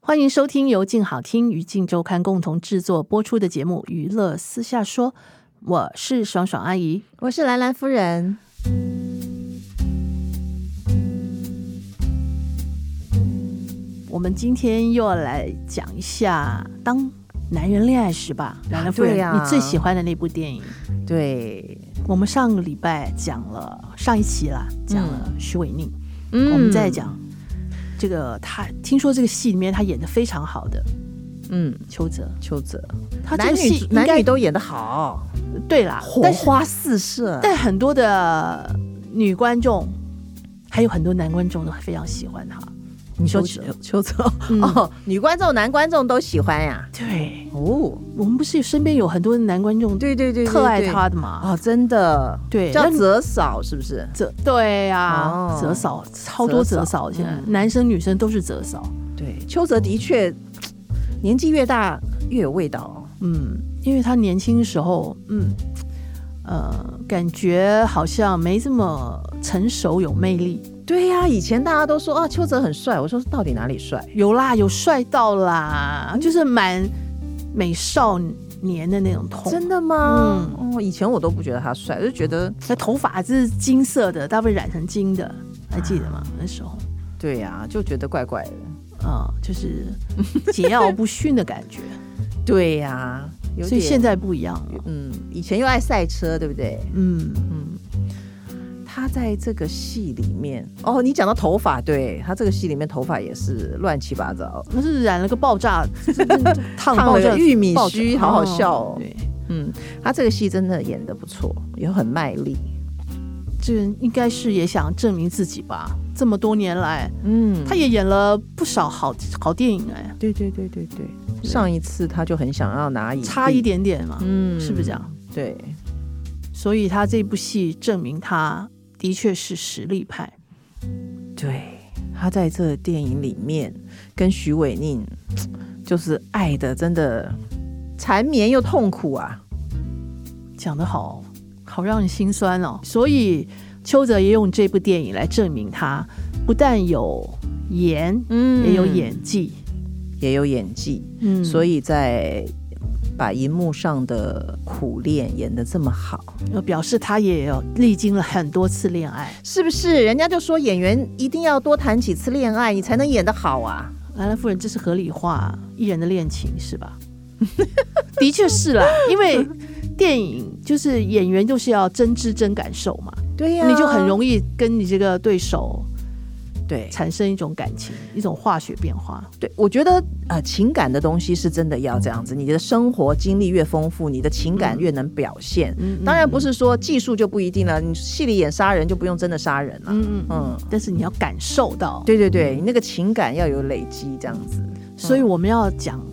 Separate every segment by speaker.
Speaker 1: 欢迎收听由静好听与静周刊共同制作播出的节目《娱乐私下说》，我是爽爽阿姨。
Speaker 2: 我是兰兰夫人。
Speaker 1: 我们今天又要来讲一下当男人恋爱时吧，兰兰夫人，
Speaker 2: 啊对呀
Speaker 1: 你最喜欢的那部电影。
Speaker 2: 对，
Speaker 1: 我们上个礼拜讲了上一期啦，讲了徐伟宁。
Speaker 2: 嗯
Speaker 1: 我们再，讲这个他，听说这个戏里面他演的非常好的
Speaker 2: 嗯，
Speaker 1: 邱泽，
Speaker 2: 邱泽，
Speaker 1: 他这
Speaker 2: 男
Speaker 1: 个戏
Speaker 2: 啊女
Speaker 1: 应
Speaker 2: 男
Speaker 1: 该
Speaker 2: 女都演得好，
Speaker 1: 对啦，
Speaker 2: 火
Speaker 1: 但是
Speaker 2: 花四射。
Speaker 1: 但很多的女观众还有很多男观众都非常喜欢他。
Speaker 2: 你说
Speaker 1: 邱
Speaker 2: 邱邱泽
Speaker 1: 嗯
Speaker 2: 哦，女观众、男观众都喜欢呀。
Speaker 1: 对
Speaker 2: 哦，
Speaker 1: 我们不是身边有很多男观众
Speaker 2: 对对对，对
Speaker 1: 特爱
Speaker 2: 对
Speaker 1: 他的嘛？
Speaker 2: 哦，真的，
Speaker 1: 对
Speaker 2: 叫
Speaker 1: 那你
Speaker 2: 泽嫂是不是？
Speaker 1: 泽对啊，
Speaker 2: 哦
Speaker 1: 泽嫂超多
Speaker 2: 泽
Speaker 1: 泽嫂，
Speaker 2: 嫂
Speaker 1: 现在
Speaker 2: 嗯
Speaker 1: 男生女生都是泽嫂。
Speaker 2: 对，邱泽的确年纪越大越有味道哦。
Speaker 1: 嗯，因为他年轻时候，嗯，呃，感觉好像没这么成熟有魅力。
Speaker 2: 对呀、以前大家都说啊，邱泽很帅，我说到底哪里帅？
Speaker 1: 有啦，有帅到啦，
Speaker 2: 嗯
Speaker 1: 就是蛮美少年的那种头，
Speaker 2: 真的吗？
Speaker 1: 嗯
Speaker 2: 哦，以前我都不觉得他帅，就觉得
Speaker 1: 那头发是金色的，大部分染成金的，还记得吗？
Speaker 2: 啊
Speaker 1: 那时候，
Speaker 2: 对呀、就觉得怪怪的。
Speaker 1: 呃，就是桀骜不驯的感觉，
Speaker 2: 对呀、 有点。
Speaker 1: 所以现在不一样了。
Speaker 2: 嗯，以前又爱赛车，对不对？
Speaker 1: 嗯，
Speaker 2: 他在这个戏里面，哦，你讲到头发，对他这个戏里面头发也是乱七八糟。
Speaker 1: 那是染了个爆炸，烫
Speaker 2: 烫了
Speaker 1: 爆炸
Speaker 2: 个玉米
Speaker 1: 爆炸
Speaker 2: 须好好笑哦
Speaker 1: 对，
Speaker 2: 嗯，他这个戏真的演得不错，也很卖力。
Speaker 1: 这人应该是也想证明自己吧。这么多年来，
Speaker 2: 嗯，
Speaker 1: 他也演了不少好好电影哎，
Speaker 2: 对对对对对，上一次他就很想要拿影帝
Speaker 1: 差一，点点嘛，
Speaker 2: 嗯
Speaker 1: 是不是这样？
Speaker 2: 对，
Speaker 1: 所以他这部戏证明他的确是实力派。
Speaker 2: 对，他在这电影里面跟徐伟宁就是爱的，真的缠绵又痛苦啊。
Speaker 1: 讲得好，好让人心酸哦。所以邱泽也用这部电影来证明他不但有颜，
Speaker 2: 嗯
Speaker 1: 也有，演技。
Speaker 2: 也有演技，
Speaker 1: 嗯
Speaker 2: 所以在把荧幕上的苦恋演得这么好，
Speaker 1: 呃表示他也有历经了很多次恋爱。
Speaker 2: 是不是？人家就说演员一定要多谈几次恋爱，你才能演得好啊。
Speaker 1: 兰兰夫人，这是合理化艺人的恋情是 吧？的确是啦，因为电影就是演员就是要真知真感受嘛，
Speaker 2: 对啊呀、
Speaker 1: 你就很容易跟你这个对手
Speaker 2: 对
Speaker 1: 产生一种感情，一种化学变化。
Speaker 2: 对，我觉得呃，情感的东西是真的要这样子，你的生活经历越丰富，你的情感越能表现。
Speaker 1: 嗯
Speaker 2: 当然不，是说技术就不一定了，你戏里演杀人就不用真的杀人了。
Speaker 1: 嗯嗯嗯，
Speaker 2: 嗯，
Speaker 1: 但是你要感受到。
Speaker 2: 对对对，你那个情感要有累积，这样子。
Speaker 1: 所以我们要讲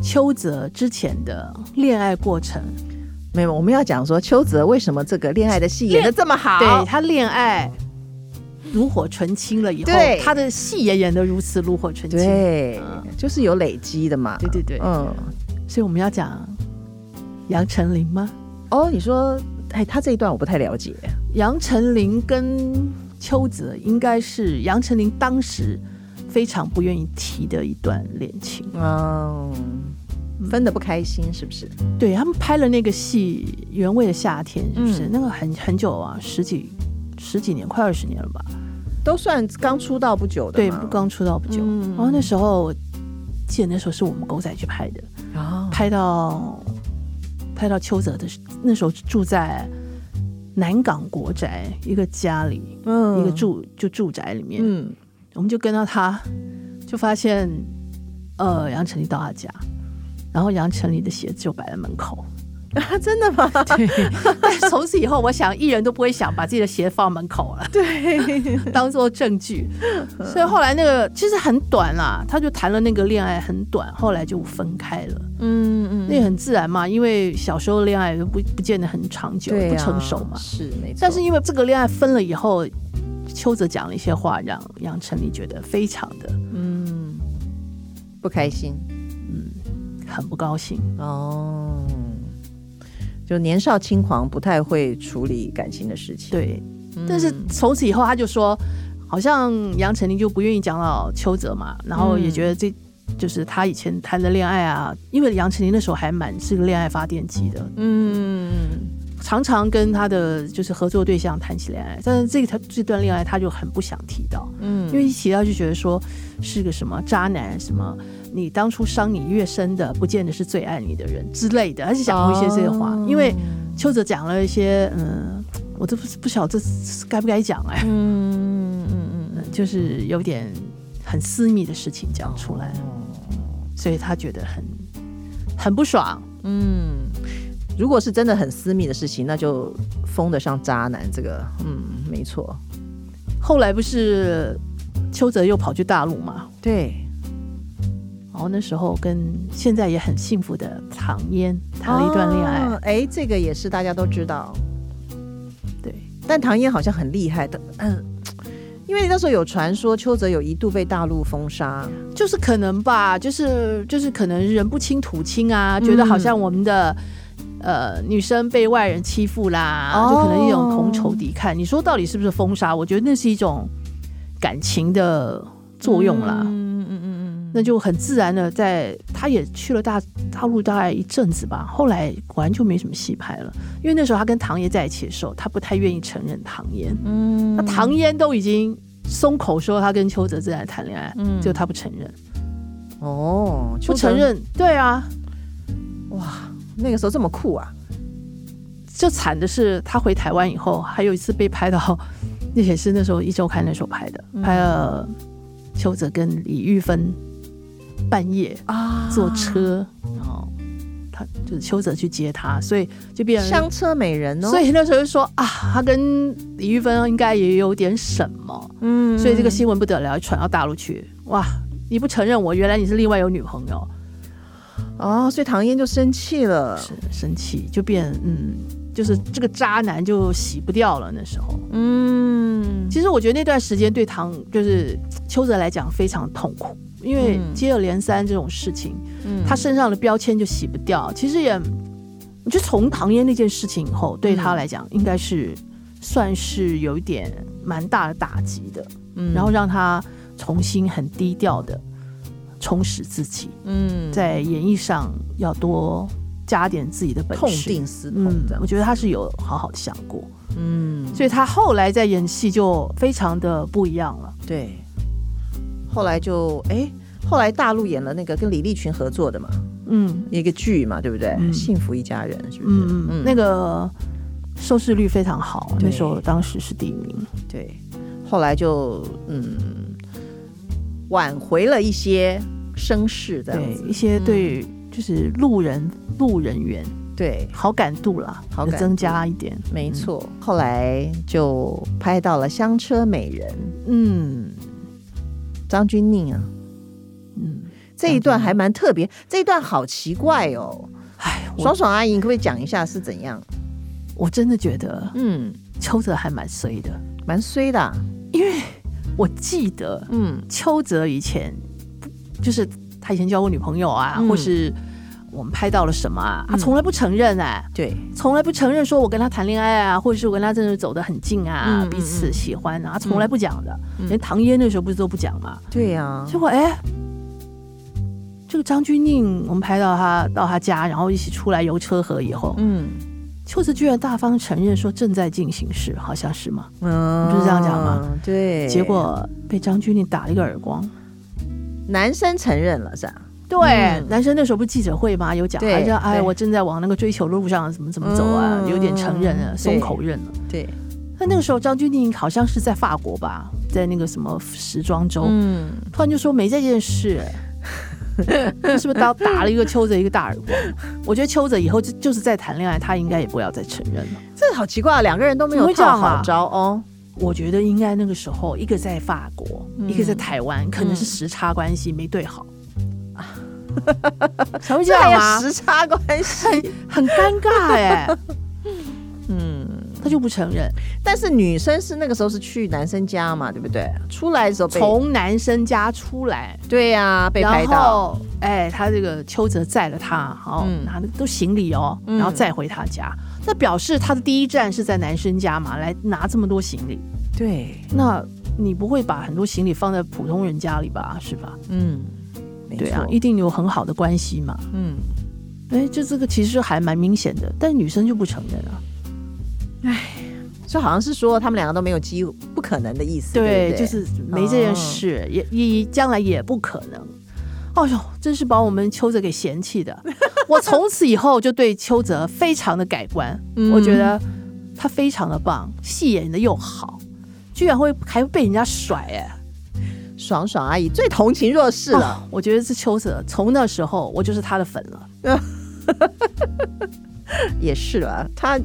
Speaker 1: 邱泽之前的恋爱过程，
Speaker 2: 没有，我们要讲说邱泽为什么这个恋爱的戏演得这么好？
Speaker 1: 对他恋爱炉火纯青了以后
Speaker 2: 对，
Speaker 1: 他的戏也演得如此炉火纯青。
Speaker 2: 对
Speaker 1: 嗯
Speaker 2: 就是有累积的嘛。
Speaker 1: 对对对
Speaker 2: 嗯，
Speaker 1: 所以我们要讲杨丞琳吗？
Speaker 2: 哦，你说，哎，他这一段我不太了解。
Speaker 1: 杨丞琳跟邱泽应该是杨丞琳当时非常不愿意提的一段恋情。
Speaker 2: 嗯，分的不开心是不是？
Speaker 1: 对他们拍了那个戏《原味的夏天》，是不是？
Speaker 2: 嗯
Speaker 1: 那个很很久啊，十几十几年，快二十年了吧？
Speaker 2: 都算刚出道不久的
Speaker 1: 对，
Speaker 2: 嘛
Speaker 1: 不刚出道不久。
Speaker 2: 嗯
Speaker 1: 然后那时候，我记得那时候是我们狗仔去拍的，
Speaker 2: 哦
Speaker 1: 拍到拍到邱泽的时，那时候住在南港国宅一个家里，
Speaker 2: 嗯
Speaker 1: 一个住就住宅里面，
Speaker 2: 嗯，
Speaker 1: 我们就跟到他，就发现呃杨丞琳到他家，然后杨丞琳的鞋子就摆在门口，
Speaker 2: 啊， 真的吗？
Speaker 1: 但从此以后，我想艺人都不会想把自己的鞋放门口了，
Speaker 2: 对， 嗯
Speaker 1: 当做证据。所以后来那个其实很短啦，他就谈了那个恋爱很短，后来就分开了。
Speaker 2: 嗯
Speaker 1: 那也很自然嘛，因为小时候恋爱都不不见得很长久，
Speaker 2: 对啊
Speaker 1: 不成熟嘛。
Speaker 2: 是没错。
Speaker 1: 但是因为这个恋爱分了以后，邱泽讲了一些话，让杨丞琳觉得非常的
Speaker 2: 嗯，不开心
Speaker 1: 很不高兴。
Speaker 2: 哦。就年少轻狂，不太会处理感情的事情。
Speaker 1: 对，
Speaker 2: 嗯，
Speaker 1: 但是从此以后他就说，好像杨丞琳就不愿意讲到邱泽嘛，然后也觉得这。就是他以前谈的恋爱啊，因为杨丞琳那时候还蛮是个恋爱发电机的，
Speaker 2: 嗯，
Speaker 1: 常常跟他的就是合作对象谈起恋爱，但是这他这段恋爱他就很不想提到，
Speaker 2: 嗯
Speaker 1: 因为一提到就觉得说是个什么渣男，什么你当初伤你越深的，不见得是最爱你的人之类的，他是讲过一些这些话，
Speaker 2: 哦
Speaker 1: 因为邱泽讲了一些，嗯，我都不不晓得这是该不该讲哎、
Speaker 2: 嗯嗯嗯
Speaker 1: 嗯就是有点很私密的事情讲出来，所以他觉得很很不爽，
Speaker 2: 嗯，如果是真的很私密的事情，那就封得上渣男这个，嗯，没错，
Speaker 1: 后来不是邱泽又跑去大陆嘛，
Speaker 2: 对，
Speaker 1: 然后那时候跟现在也很幸福的唐嫣谈了一段恋爱，
Speaker 2: 哦哎、这个也是大家都知道，
Speaker 1: 对，
Speaker 2: 但唐嫣好像很厉害的，嗯，因为那时候有传说邱泽有一度被大陆封杀，
Speaker 1: 就是可能吧，就是就是可能人不清土清啊，
Speaker 2: 嗯
Speaker 1: 觉得好像我们的。呃，女生被外人欺负啦，
Speaker 2: 哦
Speaker 1: 就可能一种同仇敌忾。你说到底是不是封杀？我觉得那是一种感情的作用啦。
Speaker 2: 嗯嗯嗯
Speaker 1: 那就很自然的在，他也去了大大陆大概一阵子吧，后来果然就没什么戏拍了，因为那时候他跟唐嫣在一起的时候，他不太愿意承认唐嫣，
Speaker 2: 嗯
Speaker 1: 那唐嫣都已经松口说他跟邱泽正在谈恋爱，
Speaker 2: 嗯
Speaker 1: 就他不承认，
Speaker 2: 哦，
Speaker 1: 不
Speaker 2: 邱泽
Speaker 1: 承认，对啊，
Speaker 2: 那个时候这么酷啊，
Speaker 1: 就惨的是他回台湾以后，还有一次被拍到， 那也是那时候一周刊那时候拍的，拍了邱泽跟李玉芬半夜
Speaker 2: 啊
Speaker 1: 坐车，然后他就是邱泽去接他，所以就变成。
Speaker 2: 香车美人哦，
Speaker 1: 所以那时候就说啊，他跟李玉芬应该也有点什么，
Speaker 2: 嗯
Speaker 1: 所以这个新闻不得了，传到大陆去。哇，你不承认我，原来你是另外有女朋友，
Speaker 2: 哦，所以唐嫣就生气了，
Speaker 1: 是生气就变嗯，就是这个渣男就洗不掉了。那时候，
Speaker 2: 嗯，
Speaker 1: 其实我觉得那段时间对唐就是邱泽来讲非常痛苦，因为
Speaker 2: 嗯
Speaker 1: 接二连三这种事情，
Speaker 2: 嗯
Speaker 1: 他身上的标签就洗不掉。其实也，我觉得从唐嫣那件事情以后，对他来讲应该是算是有一点蛮大的打击的，
Speaker 2: 嗯
Speaker 1: 然后让他重新很低调的充实自己，
Speaker 2: 嗯
Speaker 1: 在演艺上要多加点自己的本
Speaker 2: 痛
Speaker 1: 事。
Speaker 2: 定思痛
Speaker 1: 嗯
Speaker 2: 这，样
Speaker 1: 我，觉得他是有好好的想过，
Speaker 2: 嗯，
Speaker 1: 所以他后来在演戏就非常的不一样了。
Speaker 2: 对，后来就哎。后来大陆演了那个跟李立群合作的嘛，
Speaker 1: 嗯
Speaker 2: 一个剧嘛，对不对？
Speaker 1: 嗯
Speaker 2: 幸福一家人是不是？
Speaker 1: 嗯嗯，那个收视率非常好，
Speaker 2: 对
Speaker 1: 那时候当时是第一名。
Speaker 2: 对，后来就嗯挽回了一些声势，这样
Speaker 1: 对
Speaker 2: 子。嗯
Speaker 1: 一些对就是路人路人缘
Speaker 2: 对，
Speaker 1: 好感度啦，
Speaker 2: 好感度
Speaker 1: 有增加一点。
Speaker 2: 没错。后来就拍到了《香车美人
Speaker 1: 嗯》，
Speaker 2: 张钧甯啊，
Speaker 1: 嗯，
Speaker 2: 这一段还蛮特别，这一段好奇怪哦。
Speaker 1: 哎，我
Speaker 2: 爽爽阿姨，你可不可以讲一下是怎样？
Speaker 1: 我真的觉得
Speaker 2: 嗯，
Speaker 1: 邱泽还蛮衰的。
Speaker 2: 蛮衰的啊、
Speaker 1: 我记得
Speaker 2: 嗯
Speaker 1: 邱泽以前就是他以前交过女朋友啊，
Speaker 2: 嗯
Speaker 1: 或是我们拍到了什么啊，他
Speaker 2: 嗯
Speaker 1: 从来不承认哎、
Speaker 2: 对，
Speaker 1: 从来不承认说我跟他谈恋爱啊，或者是我跟他真的走得很近啊，
Speaker 2: 嗯嗯
Speaker 1: 彼此喜欢啊，他从来不讲的。
Speaker 2: 嗯
Speaker 1: 连唐嫣那时候不是都不讲嘛？
Speaker 2: 对呀、啊
Speaker 1: 结，果哎，这个张钧甯，我们拍到他到他家，然后一起出来游车河以后，
Speaker 2: 嗯
Speaker 1: 邱泽居然大方承认说正在进行时，好像是嘛？
Speaker 2: 嗯
Speaker 1: 不是这样讲吗？
Speaker 2: 啊对，
Speaker 1: 结果被张钧甯打了一个耳光。
Speaker 2: 男生承认了是吧？
Speaker 1: 对，
Speaker 2: 嗯
Speaker 1: 男生那时候不是记者会嘛，有讲，
Speaker 2: 对
Speaker 1: 他说：“哎，
Speaker 2: 对
Speaker 1: 我正在往那个追求路上，怎么怎么走啊？”
Speaker 2: 嗯
Speaker 1: 有点承认了，
Speaker 2: 对
Speaker 1: 松口认了。
Speaker 2: 对，
Speaker 1: 那那个时候，张钧甯好像是在法国吧，在那个什么时装周，
Speaker 2: 嗯，
Speaker 1: 突然就说没这件事、那是不是刀打了一个邱泽一个大耳光？我觉得邱泽以后就就是在谈恋爱，他应该也不要再承认了。
Speaker 2: 这好奇怪、啊，两个人都没有
Speaker 1: 怎么会
Speaker 2: 套
Speaker 1: 这样啊
Speaker 2: 好招哦。
Speaker 1: 我觉得应该那个时候，一个在法国，
Speaker 2: 嗯
Speaker 1: 一个在台湾，可能是时差关系没对 好， 才会这
Speaker 2: 这
Speaker 1: 样
Speaker 2: 还有
Speaker 1: 啊，
Speaker 2: 时差关系，
Speaker 1: 很尴尬哎、
Speaker 2: 嗯。
Speaker 1: 他就不承认。
Speaker 2: 但是女生是那个时候是去男生家嘛，对不对？出来的时候被
Speaker 1: 从男生家出来，
Speaker 2: 对呀、被拍
Speaker 1: 然
Speaker 2: 到，
Speaker 1: 后哎，他这个邱泽载了他，哦，
Speaker 2: 嗯
Speaker 1: 拿的都行李哦，然后
Speaker 2: 嗯
Speaker 1: 再回他家。那表示他的第一站是在男生家嘛，来拿这么多行李。
Speaker 2: 对，
Speaker 1: 那你不会把很多行李放在普通人家里吧？是吧？
Speaker 2: 嗯，没
Speaker 1: 对啊
Speaker 2: 错，
Speaker 1: 一定有很好的关系嘛。
Speaker 2: 嗯，
Speaker 1: 哎，就这个其实还蛮明显的，但女生就不承认啊。
Speaker 2: 就好像是说他们两个都没有机会，不可能的意思，对不对，哦
Speaker 1: 就是没这件事，也也将来也不可能。哎呦，真是把我们邱泽给嫌弃的。我从此以后就对邱泽非常的改观，
Speaker 2: 嗯
Speaker 1: 我觉得他非常的棒，戏演的又好，居然会还会被人家甩哎、
Speaker 2: 爽爽阿姨最同情弱势了。
Speaker 1: 哦我觉得是邱泽，从那时候我就是他的粉了。
Speaker 2: 也是啦，他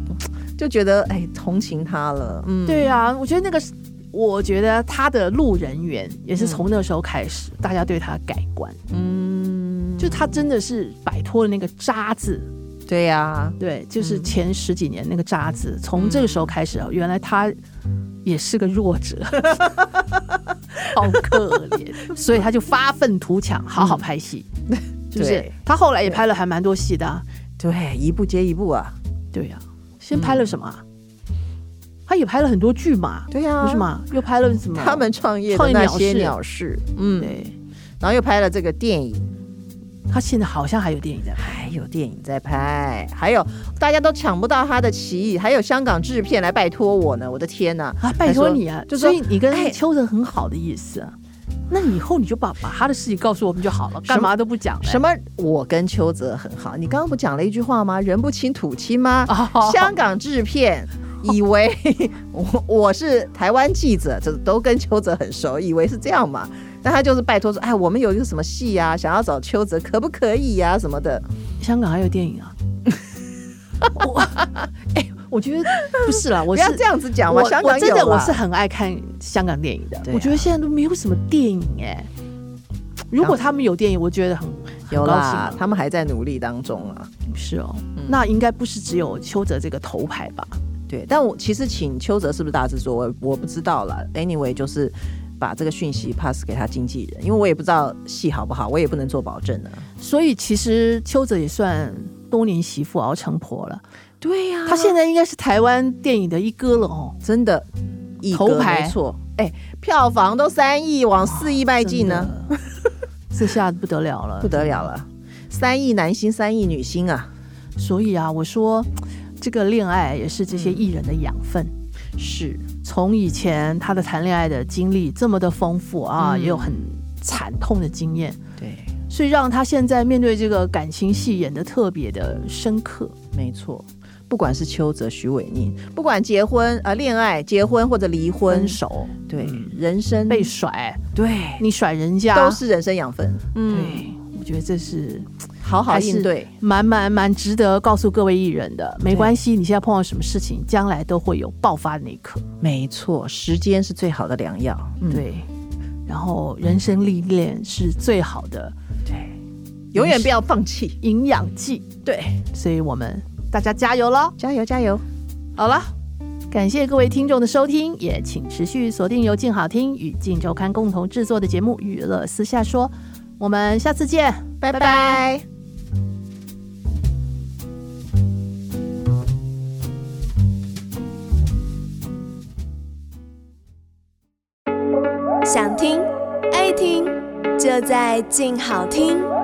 Speaker 2: 就觉得哎，同情他了，嗯，
Speaker 1: 对啊，我觉得那个是，我觉得他的路人缘也是从那时候开始，大家对他改观，
Speaker 2: 嗯，
Speaker 1: 就他真的是摆脱了那个渣字，
Speaker 2: 对呀、
Speaker 1: 对，就是
Speaker 2: 嗯
Speaker 1: 前十几年那个渣子，从这个时候开始，啊原来他也是个弱 者，好可怜， 所以他就发愤图强，好好拍 戏，是不是
Speaker 2: 嗯对？
Speaker 1: 他后来也拍了还蛮多戏的啊，
Speaker 2: 对，一步接一步啊，
Speaker 1: 对呀、先拍
Speaker 2: 嗯
Speaker 1: 了什么啊？他也拍了很多剧嘛，
Speaker 2: 对呀、
Speaker 1: 不是？嘛？又拍了什么？
Speaker 2: 啊他们创业
Speaker 1: 创
Speaker 2: 的
Speaker 1: 业
Speaker 2: 那
Speaker 1: 鸟
Speaker 2: 些
Speaker 1: 事
Speaker 2: 鸟事，嗯，
Speaker 1: 对，
Speaker 2: 然后又拍了这个电影，
Speaker 1: 他现在好像还有电影在拍，
Speaker 2: 还有电影在拍，还有大家都抢不到他的奇异，还有香港制片来拜托我呢，我的天呐、
Speaker 1: 啊，拜托你啊！
Speaker 2: 就
Speaker 1: 所
Speaker 2: 说
Speaker 1: 以你
Speaker 2: 哎
Speaker 1: 跟邱泽很好的意思啊，那以后你就把把他的事情告诉我们就好了，
Speaker 2: 什么
Speaker 1: 干嘛都不讲嘞
Speaker 2: 什么？我跟邱泽很好，你刚刚不讲了一句话吗？人不亲土亲吗？
Speaker 1: 哦
Speaker 2: 香港制片以为 我我是台湾记者，这都跟邱泽很熟，以为是这样嘛？但他就是拜托说，哎，我们有一个什么戏呀、想要找邱泽，可不可以呀、什么的。
Speaker 1: 香港还有电影啊？ 我哎、我觉得不是啦，我
Speaker 2: 不
Speaker 1: 是
Speaker 2: 要这样子讲嘛，
Speaker 1: 我
Speaker 2: 香港
Speaker 1: 我
Speaker 2: 有
Speaker 1: 真的
Speaker 2: 啦
Speaker 1: 我是很爱看香港电影的，
Speaker 2: 对啊
Speaker 1: 我觉得现在都没有什么电影哎、如果他们有电影，我觉得很很
Speaker 2: 有
Speaker 1: 高兴
Speaker 2: 啦
Speaker 1: 啊，。
Speaker 2: 他们还在努力当中啊。
Speaker 1: 是哦，那应该不是只有邱泽这个头牌吧？
Speaker 2: 对，但我其实请邱泽是不是大制作，我我不知道啦。Anyway，就是把这个讯息 pass 给他经纪人，因为我也不知道戏好不好，我也不能做保证啊。
Speaker 1: 所以其实邱泽也算多年媳妇熬成婆了，
Speaker 2: 对呀
Speaker 1: 他现在应该是台湾电影的一哥了哦。
Speaker 2: 真的一格
Speaker 1: 头牌
Speaker 2: 没错。哎，票房都三亿，往四亿迈进呢，
Speaker 1: 真的， 这下不得了了
Speaker 2: 不，得了了。三亿男星，三亿女星啊！
Speaker 1: 所以啊，我说这个恋爱也是这些艺人的养分。
Speaker 2: 嗯是，
Speaker 1: 从以前他的谈恋爱的经历这么的丰富啊，
Speaker 2: 嗯
Speaker 1: 也有很惨痛的经验，
Speaker 2: 对，
Speaker 1: 所以让他现在面对这个感情戏演的特别的深刻。
Speaker 2: 没错。不管是邱泽、徐伟宁，不管结婚啊、呃恋爱、结婚或者离婚
Speaker 1: 分，手嗯
Speaker 2: 对人生
Speaker 1: 被啊甩，
Speaker 2: 对
Speaker 1: 你甩人家
Speaker 2: 嗯都是人生养分。嗯，
Speaker 1: 对。我觉得这是
Speaker 2: 好好
Speaker 1: 还是
Speaker 2: 应对。
Speaker 1: 蛮蛮蛮值得告诉各位艺人的。没关系，你现在碰到什么事情，将来都会有爆发的那一刻。
Speaker 2: 没错，时间是最好的良药。嗯，
Speaker 1: 对，然后人生历练是最好的
Speaker 2: 对，永远不要放弃。
Speaker 1: 营养剂，
Speaker 2: 对，
Speaker 1: 所以我们大家加油喽！
Speaker 2: 加油加油！
Speaker 1: 好了，感谢各位听众的收听，也请持续锁定由静好听与静周刊共同制作的节目《娱乐私下说》，我们下次见。
Speaker 2: 拜拜
Speaker 3: 想听爱听，就在静好听。